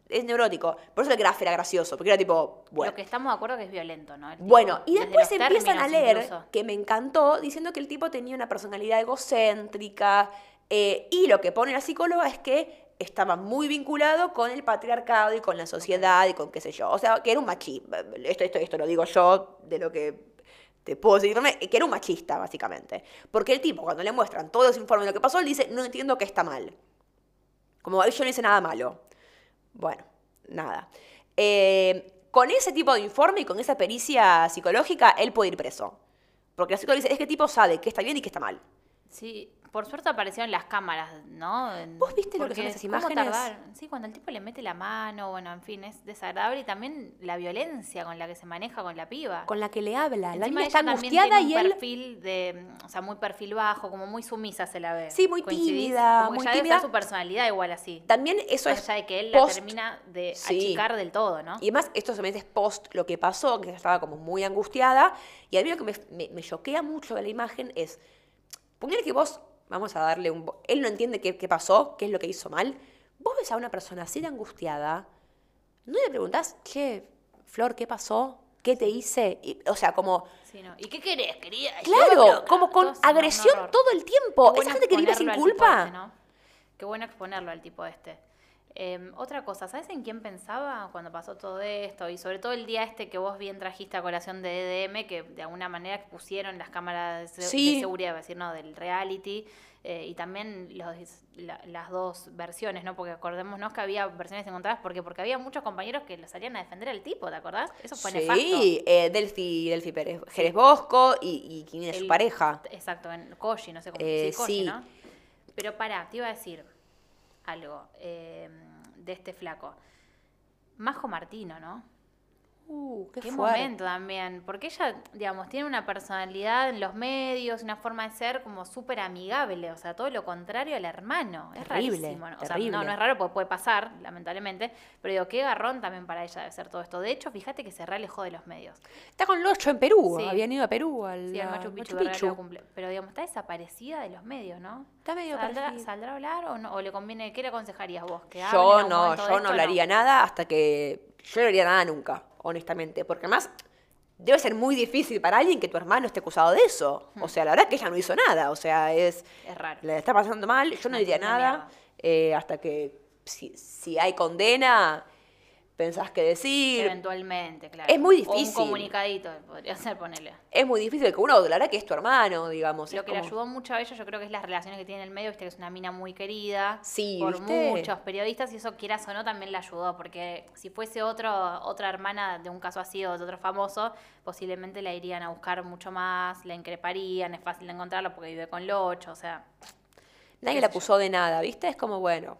Speaker 1: es neurótico. Por eso el graf era gracioso, porque era tipo, bueno.
Speaker 2: Lo que estamos de acuerdo que es violento, ¿no? El tipo,
Speaker 1: Bueno, y
Speaker 2: desde
Speaker 1: después
Speaker 2: los
Speaker 1: empiezan a
Speaker 2: términos
Speaker 1: leer,
Speaker 2: incluso.
Speaker 1: que me encantó, diciendo que el tipo tenía una personalidad egocéntrica, eh, y lo que pone la psicóloga es que estaba muy vinculado con el patriarcado y con la sociedad y con qué sé yo. O sea, que era un machista. Esto, esto, esto lo digo yo de lo que te puedo decir, Eh, que era un machista, básicamente. Porque el tipo, cuando le muestran todos los informes de lo que pasó, él dice, no entiendo qué está mal. Como "Ay, yo no hice nada malo. Bueno, nada. Eh, con ese tipo de informe y con esa pericia psicológica, él puede ir preso. Porque la psicóloga dice, es que el tipo sabe qué está bien y qué está mal.
Speaker 2: Sí, por suerte aparecieron las cámaras, ¿no? En-
Speaker 1: ¿Vos viste lo que son
Speaker 2: porque
Speaker 1: esas
Speaker 2: ¿cómo
Speaker 1: imágenes?
Speaker 2: tardaron? Sí, cuando el tipo le mete la mano, bueno, en fin, es desagradable y también la violencia con la que se maneja con la piba.
Speaker 1: Con la que le habla. La
Speaker 2: Encima
Speaker 1: niña está
Speaker 2: ella también
Speaker 1: angustiada
Speaker 2: tiene
Speaker 1: y
Speaker 2: un
Speaker 1: él...
Speaker 2: perfil de, o sea, muy perfil bajo, como muy sumisa se la ve.
Speaker 1: Sí, muy
Speaker 2: ¿Coincidís?
Speaker 1: tímida,
Speaker 2: Como que
Speaker 1: muy
Speaker 2: ya debe
Speaker 1: tímida.
Speaker 2: ser su personalidad igual así.
Speaker 1: También eso
Speaker 2: Más
Speaker 1: es
Speaker 2: allá de que él la
Speaker 1: post-
Speaker 2: termina de
Speaker 1: Sí.
Speaker 2: achicar del todo, ¿no?
Speaker 1: Y además, esto solamente es post lo que pasó, que ella estaba como muy angustiada. Y a mí lo que me- me me choquea mucho de la imagen es, poner que vos, vamos a darle un... bo- Él no entiende qué, qué pasó, qué es lo que hizo mal. Vos ves a una persona así de angustiada, no le preguntás, che, Flor, ¿qué pasó? ¿Qué te hice? Y, o sea, como...
Speaker 2: Sí, ¿no? ¿Y qué querés, querida?
Speaker 1: Claro, como con
Speaker 2: Entonces, no, un
Speaker 1: agresión
Speaker 2: horror.
Speaker 1: todo el
Speaker 2: Qué
Speaker 1: tiempo.
Speaker 2: bueno
Speaker 1: Esa gente que vive sin
Speaker 2: exponerlo al tipo
Speaker 1: culpa.
Speaker 2: este, ¿no? Qué bueno exponerlo al tipo este. Eh, otra cosa, ¿sabes en quién pensaba cuando pasó todo esto? Y sobre todo el día este que vos bien trajiste a colación de EDM, que de alguna manera expusieron las cámaras de, se-
Speaker 1: Sí.
Speaker 2: de seguridad, iba a decir, no, del reality, eh, y también los- la- las dos versiones, ¿no? Porque acordémonos que había versiones encontradas, porque porque había muchos compañeros que lo salían a defender al tipo, ¿te acordás? Eso fue nefasto.
Speaker 1: Sí, eh, Delphi, Delphi Pérez, Jerez Bosco y, y quién es su
Speaker 2: El-
Speaker 1: pareja.
Speaker 2: Exacto, en Koji, no sé cómo
Speaker 1: Eh,
Speaker 2: sí, Koji,
Speaker 1: sí.
Speaker 2: ¿no? Pero pará, te iba a decir em, algo eh, de este flaco. Majo Martino, ¿no?
Speaker 1: Uh, qué,
Speaker 2: Qué
Speaker 1: fuerte.
Speaker 2: momento también, porque ella, digamos, tiene una personalidad en los medios, una forma de ser como súper amigable, o sea, todo lo contrario al hermano. Es
Speaker 1: Terrible,
Speaker 2: rarísimo, ¿no? O sea,
Speaker 1: terrible.
Speaker 2: no, no es raro porque puede pasar, lamentablemente, pero digo, qué garrón también para ella debe ser todo esto. De hecho, fíjate que se realejó de los medios.
Speaker 1: Está con Locho en Perú.
Speaker 2: Sí.
Speaker 1: Habían ido a Perú, al
Speaker 2: Sí, al
Speaker 1: a
Speaker 2: Machu Picchu, que ahora lo cumple. Pero digamos, está desaparecida de los medios, ¿no?
Speaker 1: Está medio
Speaker 2: ¿Saldrá,
Speaker 1: parecida.
Speaker 2: ¿Saldrá a hablar o no? ¿O le conviene? ¿Qué le aconsejarías vos? ¿Que hable en
Speaker 1: Yo
Speaker 2: algún
Speaker 1: no,
Speaker 2: momento de
Speaker 1: yo no
Speaker 2: esto?
Speaker 1: hablaría nada hasta que. Yo no haría nada nunca, honestamente. Porque además, debe ser muy difícil para alguien que tu hermano esté acusado de eso. O sea, la verdad es que ella no hizo nada. O sea, es.
Speaker 2: Es raro.
Speaker 1: La está pasando mal, yo no
Speaker 2: Una
Speaker 1: diría
Speaker 2: puta
Speaker 1: nada.
Speaker 2: mierda.
Speaker 1: eh, hasta que. Si, si hay condena, pensás que decir.
Speaker 2: Eventualmente, claro.
Speaker 1: Es muy
Speaker 2: O un
Speaker 1: difícil.
Speaker 2: comunicadito, podría ser, ponerle.
Speaker 1: Es muy difícil que uno, la verdad que es tu hermano, digamos.
Speaker 2: Lo
Speaker 1: es
Speaker 2: que le
Speaker 1: como-
Speaker 2: ayudó mucho a ella, yo creo que es las relaciones que tiene en el medio, viste que es una mina muy querida
Speaker 1: Sí,
Speaker 2: por
Speaker 1: ¿viste?
Speaker 2: muchos periodistas y eso quieras o no también la ayudó, porque si fuese otro, otra hermana de un caso así o de otro famoso, posiblemente la irían a buscar mucho más, la increparían, es fácil de encontrarla porque vive con Locho, o sea,
Speaker 1: Nadie
Speaker 2: qué
Speaker 1: la
Speaker 2: sé yo.
Speaker 1: acusó de nada, ¿viste? Es como, bueno.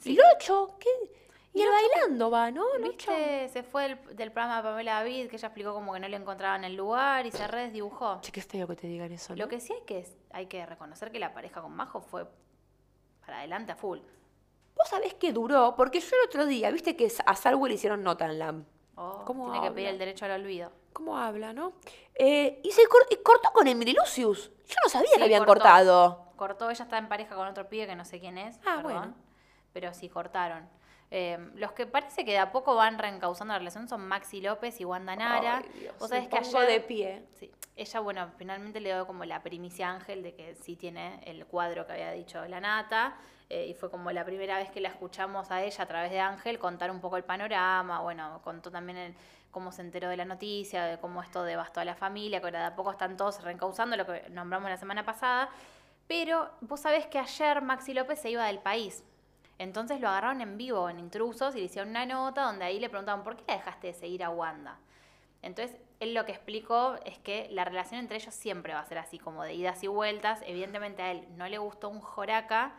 Speaker 1: ¿Y
Speaker 2: Sí.
Speaker 1: Locho? ¿Qué?
Speaker 2: Y
Speaker 1: Y el
Speaker 2: Locho que-
Speaker 1: bailando va, ¿no? Locho.
Speaker 2: ¿viste? Se fue del, del programa de Pamela David, que ella explicó como que no le encontraban el lugar y se redibujó.
Speaker 1: Che, qué feo que te digan eso.
Speaker 2: Lo
Speaker 1: ¿no?
Speaker 2: que sí hay que, hay que reconocer que la pareja con Majo fue para adelante a full.
Speaker 1: Vos sabés que duró, porque yo el otro día, viste que a Salwell le hicieron nota en LAM.
Speaker 2: Oh,
Speaker 1: ¿Cómo
Speaker 2: tiene que pedir
Speaker 1: habla?
Speaker 2: el derecho al olvido.
Speaker 1: ¿Cómo habla, no? Eh, y se cor- y cortó con Emily Lucius. Yo no sabía que
Speaker 2: Sí,
Speaker 1: habían
Speaker 2: cortó.
Speaker 1: cortado.
Speaker 2: Cortó, ella está en pareja con otro pibe que no sé quién es,
Speaker 1: Ah,
Speaker 2: perdón.
Speaker 1: bueno.
Speaker 2: Pero sí, cortaron. Eh, los que parece que de a poco van reencauzando la relación son Maxi López y Wanda Nara.
Speaker 1: Ay, Dios,
Speaker 2: Vos
Speaker 1: me
Speaker 2: sabés que
Speaker 1: pongo
Speaker 2: ayer-
Speaker 1: de pie.
Speaker 2: Sí. Ella, bueno, finalmente le dio como la primicia a Ángel de que sí tiene el cuadro que había dicho la nata. eh, y fue como la primera vez que la escuchamos a ella a través de Ángel contar un poco el panorama. Bueno, contó también el- cómo se enteró de la noticia, de cómo esto devastó a la familia, que ahora de a poco están todos reencauzando, lo que nombramos la semana pasada. Pero vos sabés que ayer Maxi López se iba del país. Entonces lo agarraron en vivo, en intrusos, y le hicieron una nota donde ahí le preguntaban, ¿por qué la dejaste de seguir a Wanda? Entonces, él lo que explicó es que la relación entre ellos siempre va a ser así, como de idas y vueltas. Evidentemente a él no le gustó un joraca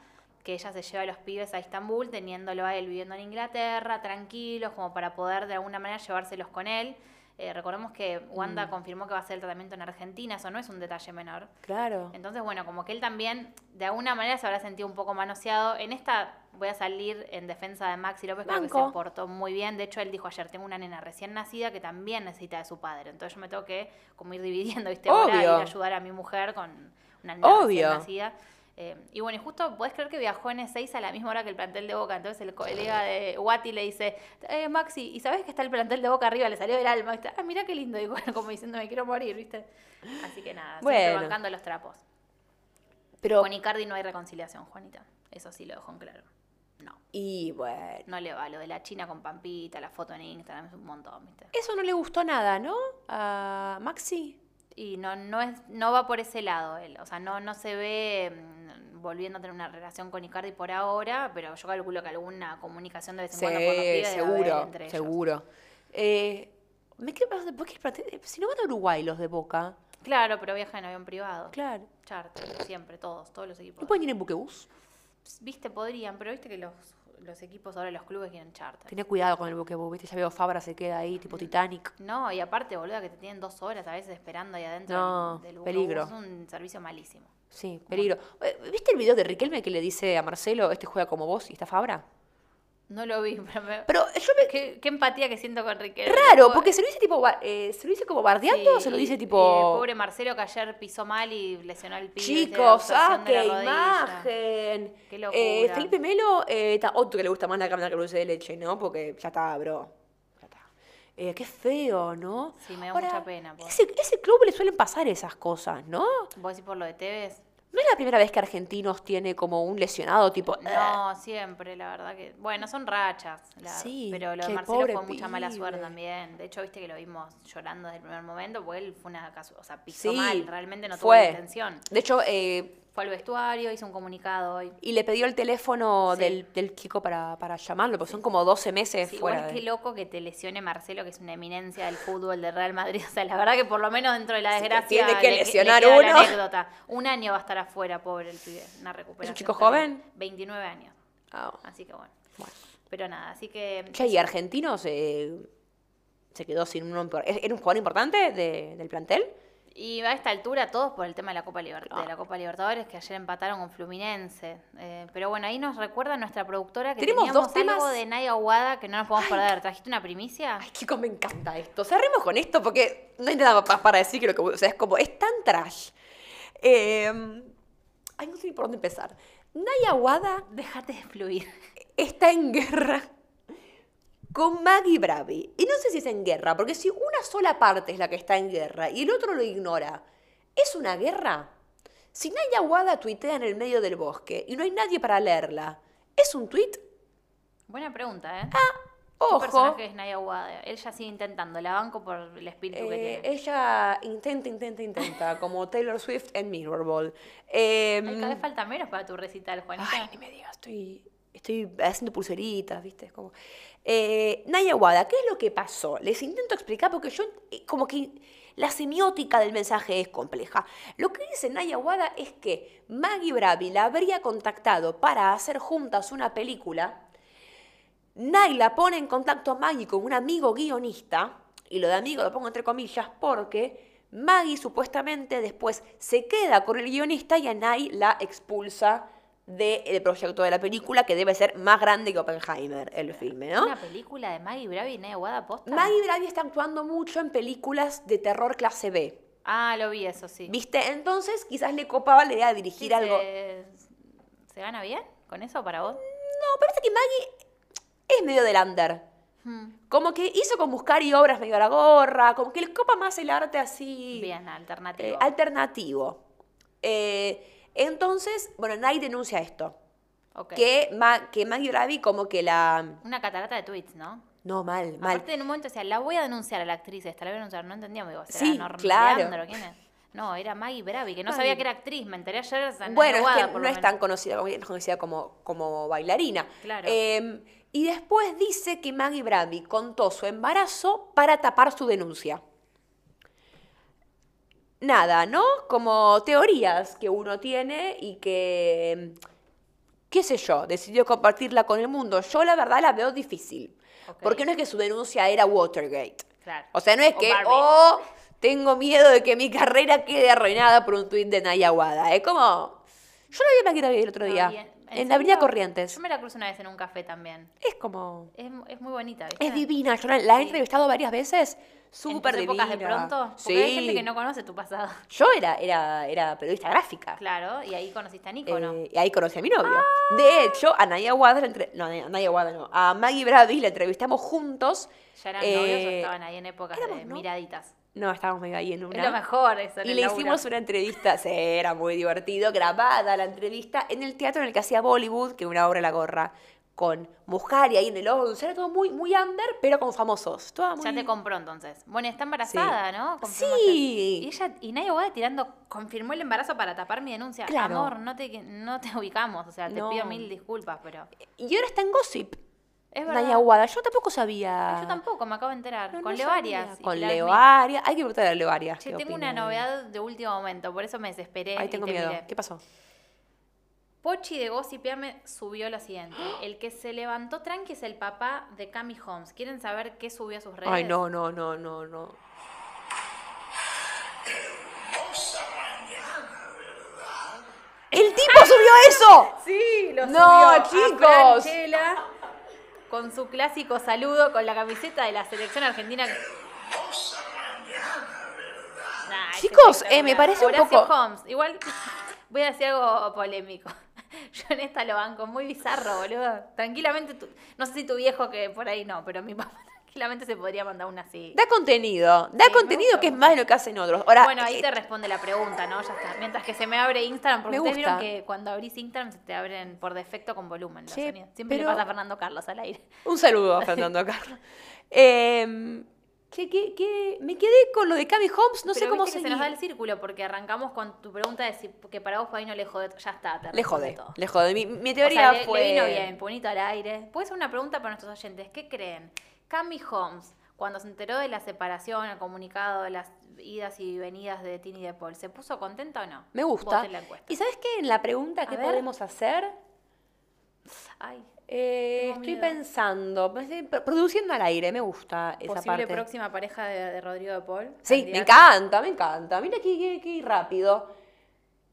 Speaker 2: que ella se lleva a los pibes a Estambul, teniéndolo a él viviendo en Inglaterra, tranquilos, como para poder de alguna manera llevárselos con él. Eh, recordemos que Wanda confirmó que va a hacer el tratamiento en Argentina, eso no es un detalle menor.
Speaker 1: Claro.
Speaker 2: Entonces, bueno, como que él también de alguna manera se habrá sentido un poco manoseado. En esta voy a salir en defensa de Maxi López, creo que
Speaker 1: Banco.
Speaker 2: se portó muy bien. De hecho, él dijo ayer, tengo una nena recién nacida que también necesita de su padre. Entonces yo me tengo que como ir dividiendo, ¿viste? Ahora ir
Speaker 1: Obvio.
Speaker 2: a ayudar a mi mujer con una nena
Speaker 1: Obvio.
Speaker 2: recién nacida. Eh, y bueno, y justo podés creer que viajó en E6 a la misma hora que el plantel de Boca. Entonces el colega de Guati le dice, eh, Maxi, ¿y sabés que está el plantel de Boca arriba? Le salió del alma. ¿viste? Ah, mira qué lindo. Y bueno, como diciendo, me quiero morir, ¿viste? Así que nada, siempre
Speaker 1: Bueno.
Speaker 2: bancando los trapos.
Speaker 1: Pero,
Speaker 2: Con Icardi no hay reconciliación, Juanita. Eso sí lo dejó en claro. No,
Speaker 1: y bueno.
Speaker 2: no le va. Lo de la China con Pampita, la foto en Instagram, es un montón, ¿viste?
Speaker 1: Eso no le gustó nada, ¿no? A Maxi.
Speaker 2: Y no, no, es, no va por ese lado él. O sea, no, no se ve mm, volviendo a tener una relación con Icardi por ahora, pero yo calculo que alguna comunicación de vez en
Speaker 1: Sí,
Speaker 2: cuando por los pibes debe haber
Speaker 1: seguro,
Speaker 2: entre ellos.
Speaker 1: seguro. Eh, me quiero preguntar, ¿por qué el plantel- Si no van a Uruguay los de Boca.
Speaker 2: Claro, pero viaja en avión privado.
Speaker 1: Claro.
Speaker 2: Charter, siempre, todos, todos los equipos.
Speaker 1: ¿No pueden ir en buquebús?
Speaker 2: Viste, podrían, pero viste que los, los equipos ahora, los clubes quieren charter.
Speaker 1: Tenía cuidado con el buquebús, ¿viste? Ya veo Fabra se queda ahí, tipo Titanic.
Speaker 2: No, y aparte, boluda, que te tienen dos horas a veces esperando ahí adentro
Speaker 1: No,
Speaker 2: del, del
Speaker 1: peligro.
Speaker 2: bus. Es un servicio malísimo.
Speaker 1: Sí, peligro. Eh, ¿Viste el video de Riquelme que le dice a Marcelo, este juega como vos y está Fabra?
Speaker 2: No lo vi, pero, me-
Speaker 1: Pero eh, yo me...
Speaker 2: qué, qué empatía que siento con Riquelme.
Speaker 1: Raro,
Speaker 2: Pobre-
Speaker 1: porque se lo dice tipo... ba- eh, ¿Se lo dice como bardeando o se lo
Speaker 2: Sí,
Speaker 1: dice
Speaker 2: y-
Speaker 1: tipo...
Speaker 2: y el pobre Marcelo que ayer pisó mal y lesionó el pie.
Speaker 1: Chicos, ah, qué imagen.
Speaker 2: Qué
Speaker 1: Eh,
Speaker 2: locura.
Speaker 1: Felipe Melo, eh, ta- otro que le gusta más la cámara que dulce de leche, ¿no? Porque ya está, bro. Ya está. Eh, qué feo, ¿no?
Speaker 2: Sí, me da mucha pena, po.
Speaker 1: Ese, ese club le suelen pasar esas cosas, ¿no?
Speaker 2: ¿Vos decís por lo de Tevez?
Speaker 1: No es la primera vez que Argentinos tiene como un lesionado tipo. "Eh".
Speaker 2: No, siempre, la verdad que. Bueno, son rachas. la-
Speaker 1: Sí,
Speaker 2: pero lo
Speaker 1: qué
Speaker 2: de Marcelo
Speaker 1: pobre
Speaker 2: fue mucha mala
Speaker 1: pibe.
Speaker 2: suerte también. De hecho, viste que lo vimos llorando desde el primer momento, porque él fue una casu- O sea, pisó
Speaker 1: Sí,
Speaker 2: mal, realmente no
Speaker 1: fue.
Speaker 2: tuvo intención.
Speaker 1: De hecho, eh,
Speaker 2: Fue al vestuario, hizo un comunicado hoy.
Speaker 1: y le pidió el teléfono
Speaker 2: Sí.
Speaker 1: del, del chico para, para llamarlo, porque son como 12 meses
Speaker 2: Sí,
Speaker 1: fuera.
Speaker 2: igual
Speaker 1: de-
Speaker 2: qué loco que te lesione Marcelo, que es una eminencia del fútbol de Real Madrid. O sea, la verdad que por lo menos dentro de la
Speaker 1: Si te
Speaker 2: desgracia.
Speaker 1: tiene que
Speaker 2: le- le
Speaker 1: lesionar
Speaker 2: queda la
Speaker 1: uno.
Speaker 2: anécdota. Un año va a estar afuera, pobre el pibe. Una recuperación.
Speaker 1: chico
Speaker 2: terrible.
Speaker 1: joven?
Speaker 2: 29 años.
Speaker 1: Ah,
Speaker 2: Así que bueno.
Speaker 1: bueno.
Speaker 2: Pero nada, así que.
Speaker 1: Che, y argentinos eh, se quedó sin uno. impor- ¿Es- ¿Era un jugador importante de- del plantel?
Speaker 2: Y a esta altura todos por el tema de la Copa, Liber-
Speaker 1: Claro.
Speaker 2: de la Copa Libertadores que ayer empataron con Fluminense. Eh, pero bueno, ahí nos recuerda nuestra productora que
Speaker 1: Tenemos
Speaker 2: teníamos
Speaker 1: dos temas.
Speaker 2: algo de Nadia Aguada que no nos podemos perder. ¿Trajiste una primicia?
Speaker 1: Ay, chicos, me encanta esto. Cerremos con esto porque no hay nada más para decir que lo que. O sea, es como. Es tan trash. Eh, ay, no sé ni por dónde empezar. Naya Wada
Speaker 2: Dejate de fluir.
Speaker 1: está en guerra con Maggie Bravi. Y no sé si es en guerra, porque si una sola parte es la que está en guerra y el otro lo ignora, ¿es una guerra? Si Naya Wada tuitea en el medio del bosque y no hay nadie para leerla, ¿es un tuit?
Speaker 2: Buena pregunta, ¿eh? ¿Qué
Speaker 1: Ah, Ojo.
Speaker 2: personaje es Nadia Aguada? Ella sigue intentando, la banco por el espíritu que
Speaker 1: Eh,
Speaker 2: tiene.
Speaker 1: ella intenta, intenta, intenta, como Taylor Swift en Mirrorball.
Speaker 2: Ay, cada
Speaker 1: Eh,
Speaker 2: vez falta menos para tu recital, Juanita.
Speaker 1: Ay, ni me digas, estoy, estoy haciendo pulseritas, ¿viste? Es como... Eh, Naya Wada, ¿qué es lo que pasó? Les intento explicar porque yo, eh, como que la semiótica del mensaje es compleja. Lo que dice Naya Wada es que Maggie Bravi la habría contactado para hacer juntas una película. Naila pone en contacto a Maggie con un amigo guionista, y lo de amigo lo pongo entre comillas porque Maggie supuestamente después se queda con el guionista y a Nay la expulsa del proyecto de la película que debe ser más grande que Oppenheimer, el filme, ¿no?
Speaker 2: Una película de Maggie Bravi y Nadia Aguada posta.
Speaker 1: Maggie Bravi está actuando mucho en películas de terror clase B.
Speaker 2: Ah, lo vi, eso sí.
Speaker 1: ¿Viste? Entonces quizás le copaba la idea de dirigir
Speaker 2: Sí,
Speaker 1: algo.
Speaker 2: Se, ¿se gana bien con eso para vos?
Speaker 1: No, parece que Maggie es medio del under.
Speaker 2: Hmm.
Speaker 1: Como que hizo con buscar y obras medio a la gorra, como que le copa más el arte así.
Speaker 2: Bien, alternativo.
Speaker 1: Eh, alternativo. Eh, entonces, bueno, Nai denuncia esto.
Speaker 2: Ok.
Speaker 1: Que, Ma- que Maggie Ravi como que la...
Speaker 2: Una catarata de tweets, ¿no?
Speaker 1: No, mal, mal.
Speaker 2: Aparte, en un momento decía, la voy a denunciar a la actriz esta, la voy a denunciar. No entendíamos, digo, ¿será
Speaker 1: Sí,
Speaker 2: Norma
Speaker 1: claro.
Speaker 2: Leandro? ¿Quién es? No, era Maggie Bravi, que no sabía que era actriz. Me enteré ayer. o sea, no
Speaker 1: bueno, es
Speaker 2: abogada,
Speaker 1: que
Speaker 2: por
Speaker 1: no
Speaker 2: lo
Speaker 1: es
Speaker 2: menos.
Speaker 1: tan conocida, como- es conocida como, como bailarina.
Speaker 2: Claro.
Speaker 1: Eh, y después dice que Maggie Bravi contó su embarazo para tapar su denuncia. Nada, ¿no? Como teorías que uno tiene y que, em, qué sé yo, decidió compartirla con el mundo. Yo la verdad la veo difícil.
Speaker 2: Ok.
Speaker 1: Porque no es que su denuncia era Watergate.
Speaker 2: Claro.
Speaker 1: O sea, no es
Speaker 2: O
Speaker 1: que,
Speaker 2: Barbie.
Speaker 1: oh, tengo miedo de que mi carrera quede arruinada por un tuit de Naya Wada. Es como, yo la vi en Maquita Video el otro
Speaker 2: No,
Speaker 1: día,
Speaker 2: y en-
Speaker 1: en,
Speaker 2: ¿en
Speaker 1: la Avenida
Speaker 2: serio?
Speaker 1: Corrientes.
Speaker 2: Yo me la cruzo una vez en un café también.
Speaker 1: Es como,
Speaker 2: Es, es muy bonita, ¿viste?
Speaker 1: es divina. Yo la, la he
Speaker 2: Sí.
Speaker 1: entrevistado varias veces,
Speaker 2: En tus
Speaker 1: súper divina.
Speaker 2: épocas de pronto. Porque
Speaker 1: Sí.
Speaker 2: hay gente que no conoce tu pasado.
Speaker 1: Yo era, era, era periodista gráfica.
Speaker 2: Claro, y ahí conociste a Nico, ¿no? Ah.
Speaker 1: Eh, y ahí conocí a mi novio. De hecho, a Naya Wada, la entre- no, a Naya- a Naya Wada no, a Maggie Bravis la entrevistamos juntos.
Speaker 2: ¿Ya eran
Speaker 1: eh,
Speaker 2: novios o estaban ahí en épocas
Speaker 1: éramos
Speaker 2: de
Speaker 1: no-
Speaker 2: miraditas?
Speaker 1: No, estábamos medio ahí en una.
Speaker 2: Es lo mejor eso. en
Speaker 1: Y
Speaker 2: el
Speaker 1: le
Speaker 2: laburo.
Speaker 1: hicimos una entrevista, sí, era muy divertido, grabada la entrevista en el teatro en el que hacía Bollywood, que una obra la gorra, con Mujari ahí en el 11, era todo muy, muy under, pero con famosos. Todo muy...
Speaker 2: Ya te compró entonces. Bueno, está embarazada,
Speaker 1: Sí.
Speaker 2: ¿no? Confirmaste.
Speaker 1: Sí.
Speaker 2: Y ella, y Nayo Boda tirando, confirmó el embarazo para tapar mi denuncia.
Speaker 1: Claro.
Speaker 2: Amor, no te, no te ubicamos. O sea, te
Speaker 1: No.
Speaker 2: pido mil disculpas, pero.
Speaker 1: Y ahora está en Gossip,
Speaker 2: Es verdad.
Speaker 1: Naya Wada, yo tampoco sabía.
Speaker 2: Yo tampoco, me acabo de enterar.
Speaker 1: No, Ah. no
Speaker 2: con
Speaker 1: sabía.
Speaker 2: Leoarias. y
Speaker 1: Con
Speaker 2: Pilar Smith.
Speaker 1: Leoaria, hay que preguntar a Leoaria.
Speaker 2: Che,
Speaker 1: qué
Speaker 2: tengo
Speaker 1: opina.
Speaker 2: una novedad de último momento, por eso me desesperé.
Speaker 1: Ahí
Speaker 2: y
Speaker 1: tengo
Speaker 2: te
Speaker 1: miedo.
Speaker 2: miré.
Speaker 1: ¿Qué pasó?
Speaker 2: Pochi de Gossipiame subió lo siguiente. El que se levantó tranqui es el papá de Cami Holmes. ¿Quieren saber qué subió a sus redes?
Speaker 1: Ay, no, no, no, no, no. ¡El tipo subió eso!
Speaker 2: Sí, lo
Speaker 1: No,
Speaker 2: subió a
Speaker 1: chicos.
Speaker 2: Franchella con su clásico saludo con la camiseta de la selección argentina. Nah, es
Speaker 1: Chicos,
Speaker 2: espectacular.
Speaker 1: eh, me parece un
Speaker 2: Horacio
Speaker 1: poco-
Speaker 2: Holmes, igual voy a decir algo polémico. Yo en esta lo banco, muy bizarro, boludo. Tranquilamente, tu- no sé si tu viejo que por ahí no, pero mi papá tranquilamente se podría mandar una así.
Speaker 1: Da contenido, da
Speaker 2: Sí, me
Speaker 1: contenido
Speaker 2: gusta,
Speaker 1: que es
Speaker 2: me
Speaker 1: más de lo que hacen otros. Ahora,
Speaker 2: bueno, ahí
Speaker 1: eh,
Speaker 2: te responde la pregunta, ¿no? Ya está. Mientras que se me abre Instagram, porque
Speaker 1: Me
Speaker 2: ustedes vieron
Speaker 1: gusta.
Speaker 2: que cuando abrís Instagram se te abren por defecto con volumen los
Speaker 1: Che,
Speaker 2: sonidos. Siempre le
Speaker 1: pero-
Speaker 2: pasa a Fernando Carlos al aire.
Speaker 1: un saludo a Fernando Carlos. Eh, che, que, que- me quedé con lo de Cami Holmes, no sé
Speaker 2: Pero
Speaker 1: cómo
Speaker 2: viste que
Speaker 1: seguir.
Speaker 2: se nos da el círculo porque arrancamos con tu pregunta de si que para vos por ahí no le jode, ya está, te
Speaker 1: Le
Speaker 2: responde
Speaker 1: jode,
Speaker 2: todo.
Speaker 1: le jode. Mi, mi
Speaker 2: O
Speaker 1: teoría
Speaker 2: sea, le,
Speaker 1: fue...
Speaker 2: le vino bien, bonito al aire. Puede ser una pregunta para nuestros oyentes. ¿Qué creen? Cami Holmes, cuando se enteró de la separación, el comunicado, de las idas y venidas de Tini de Paul, ¿se puso contenta o no?
Speaker 1: Me gusta.
Speaker 2: Voten la encuesta.
Speaker 1: ¿Y sabes qué? En la pregunta,
Speaker 2: A
Speaker 1: ¿qué
Speaker 2: ver.
Speaker 1: podemos hacer?
Speaker 2: Ay,
Speaker 1: Eh,
Speaker 2: Tengo
Speaker 1: estoy
Speaker 2: miedo.
Speaker 1: pensando, pues, eh, pro- produciendo al aire, me gusta esa
Speaker 2: posible
Speaker 1: parte.
Speaker 2: próxima pareja de, de Rodrigo de Paul.
Speaker 1: Sí, me
Speaker 2: candidato.
Speaker 1: encanta, me encanta. Mira qué, qué- qué rápido.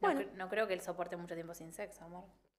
Speaker 2: No,
Speaker 1: Bueno.
Speaker 2: cre- no creo que él soporte mucho tiempo sin sexo, amor.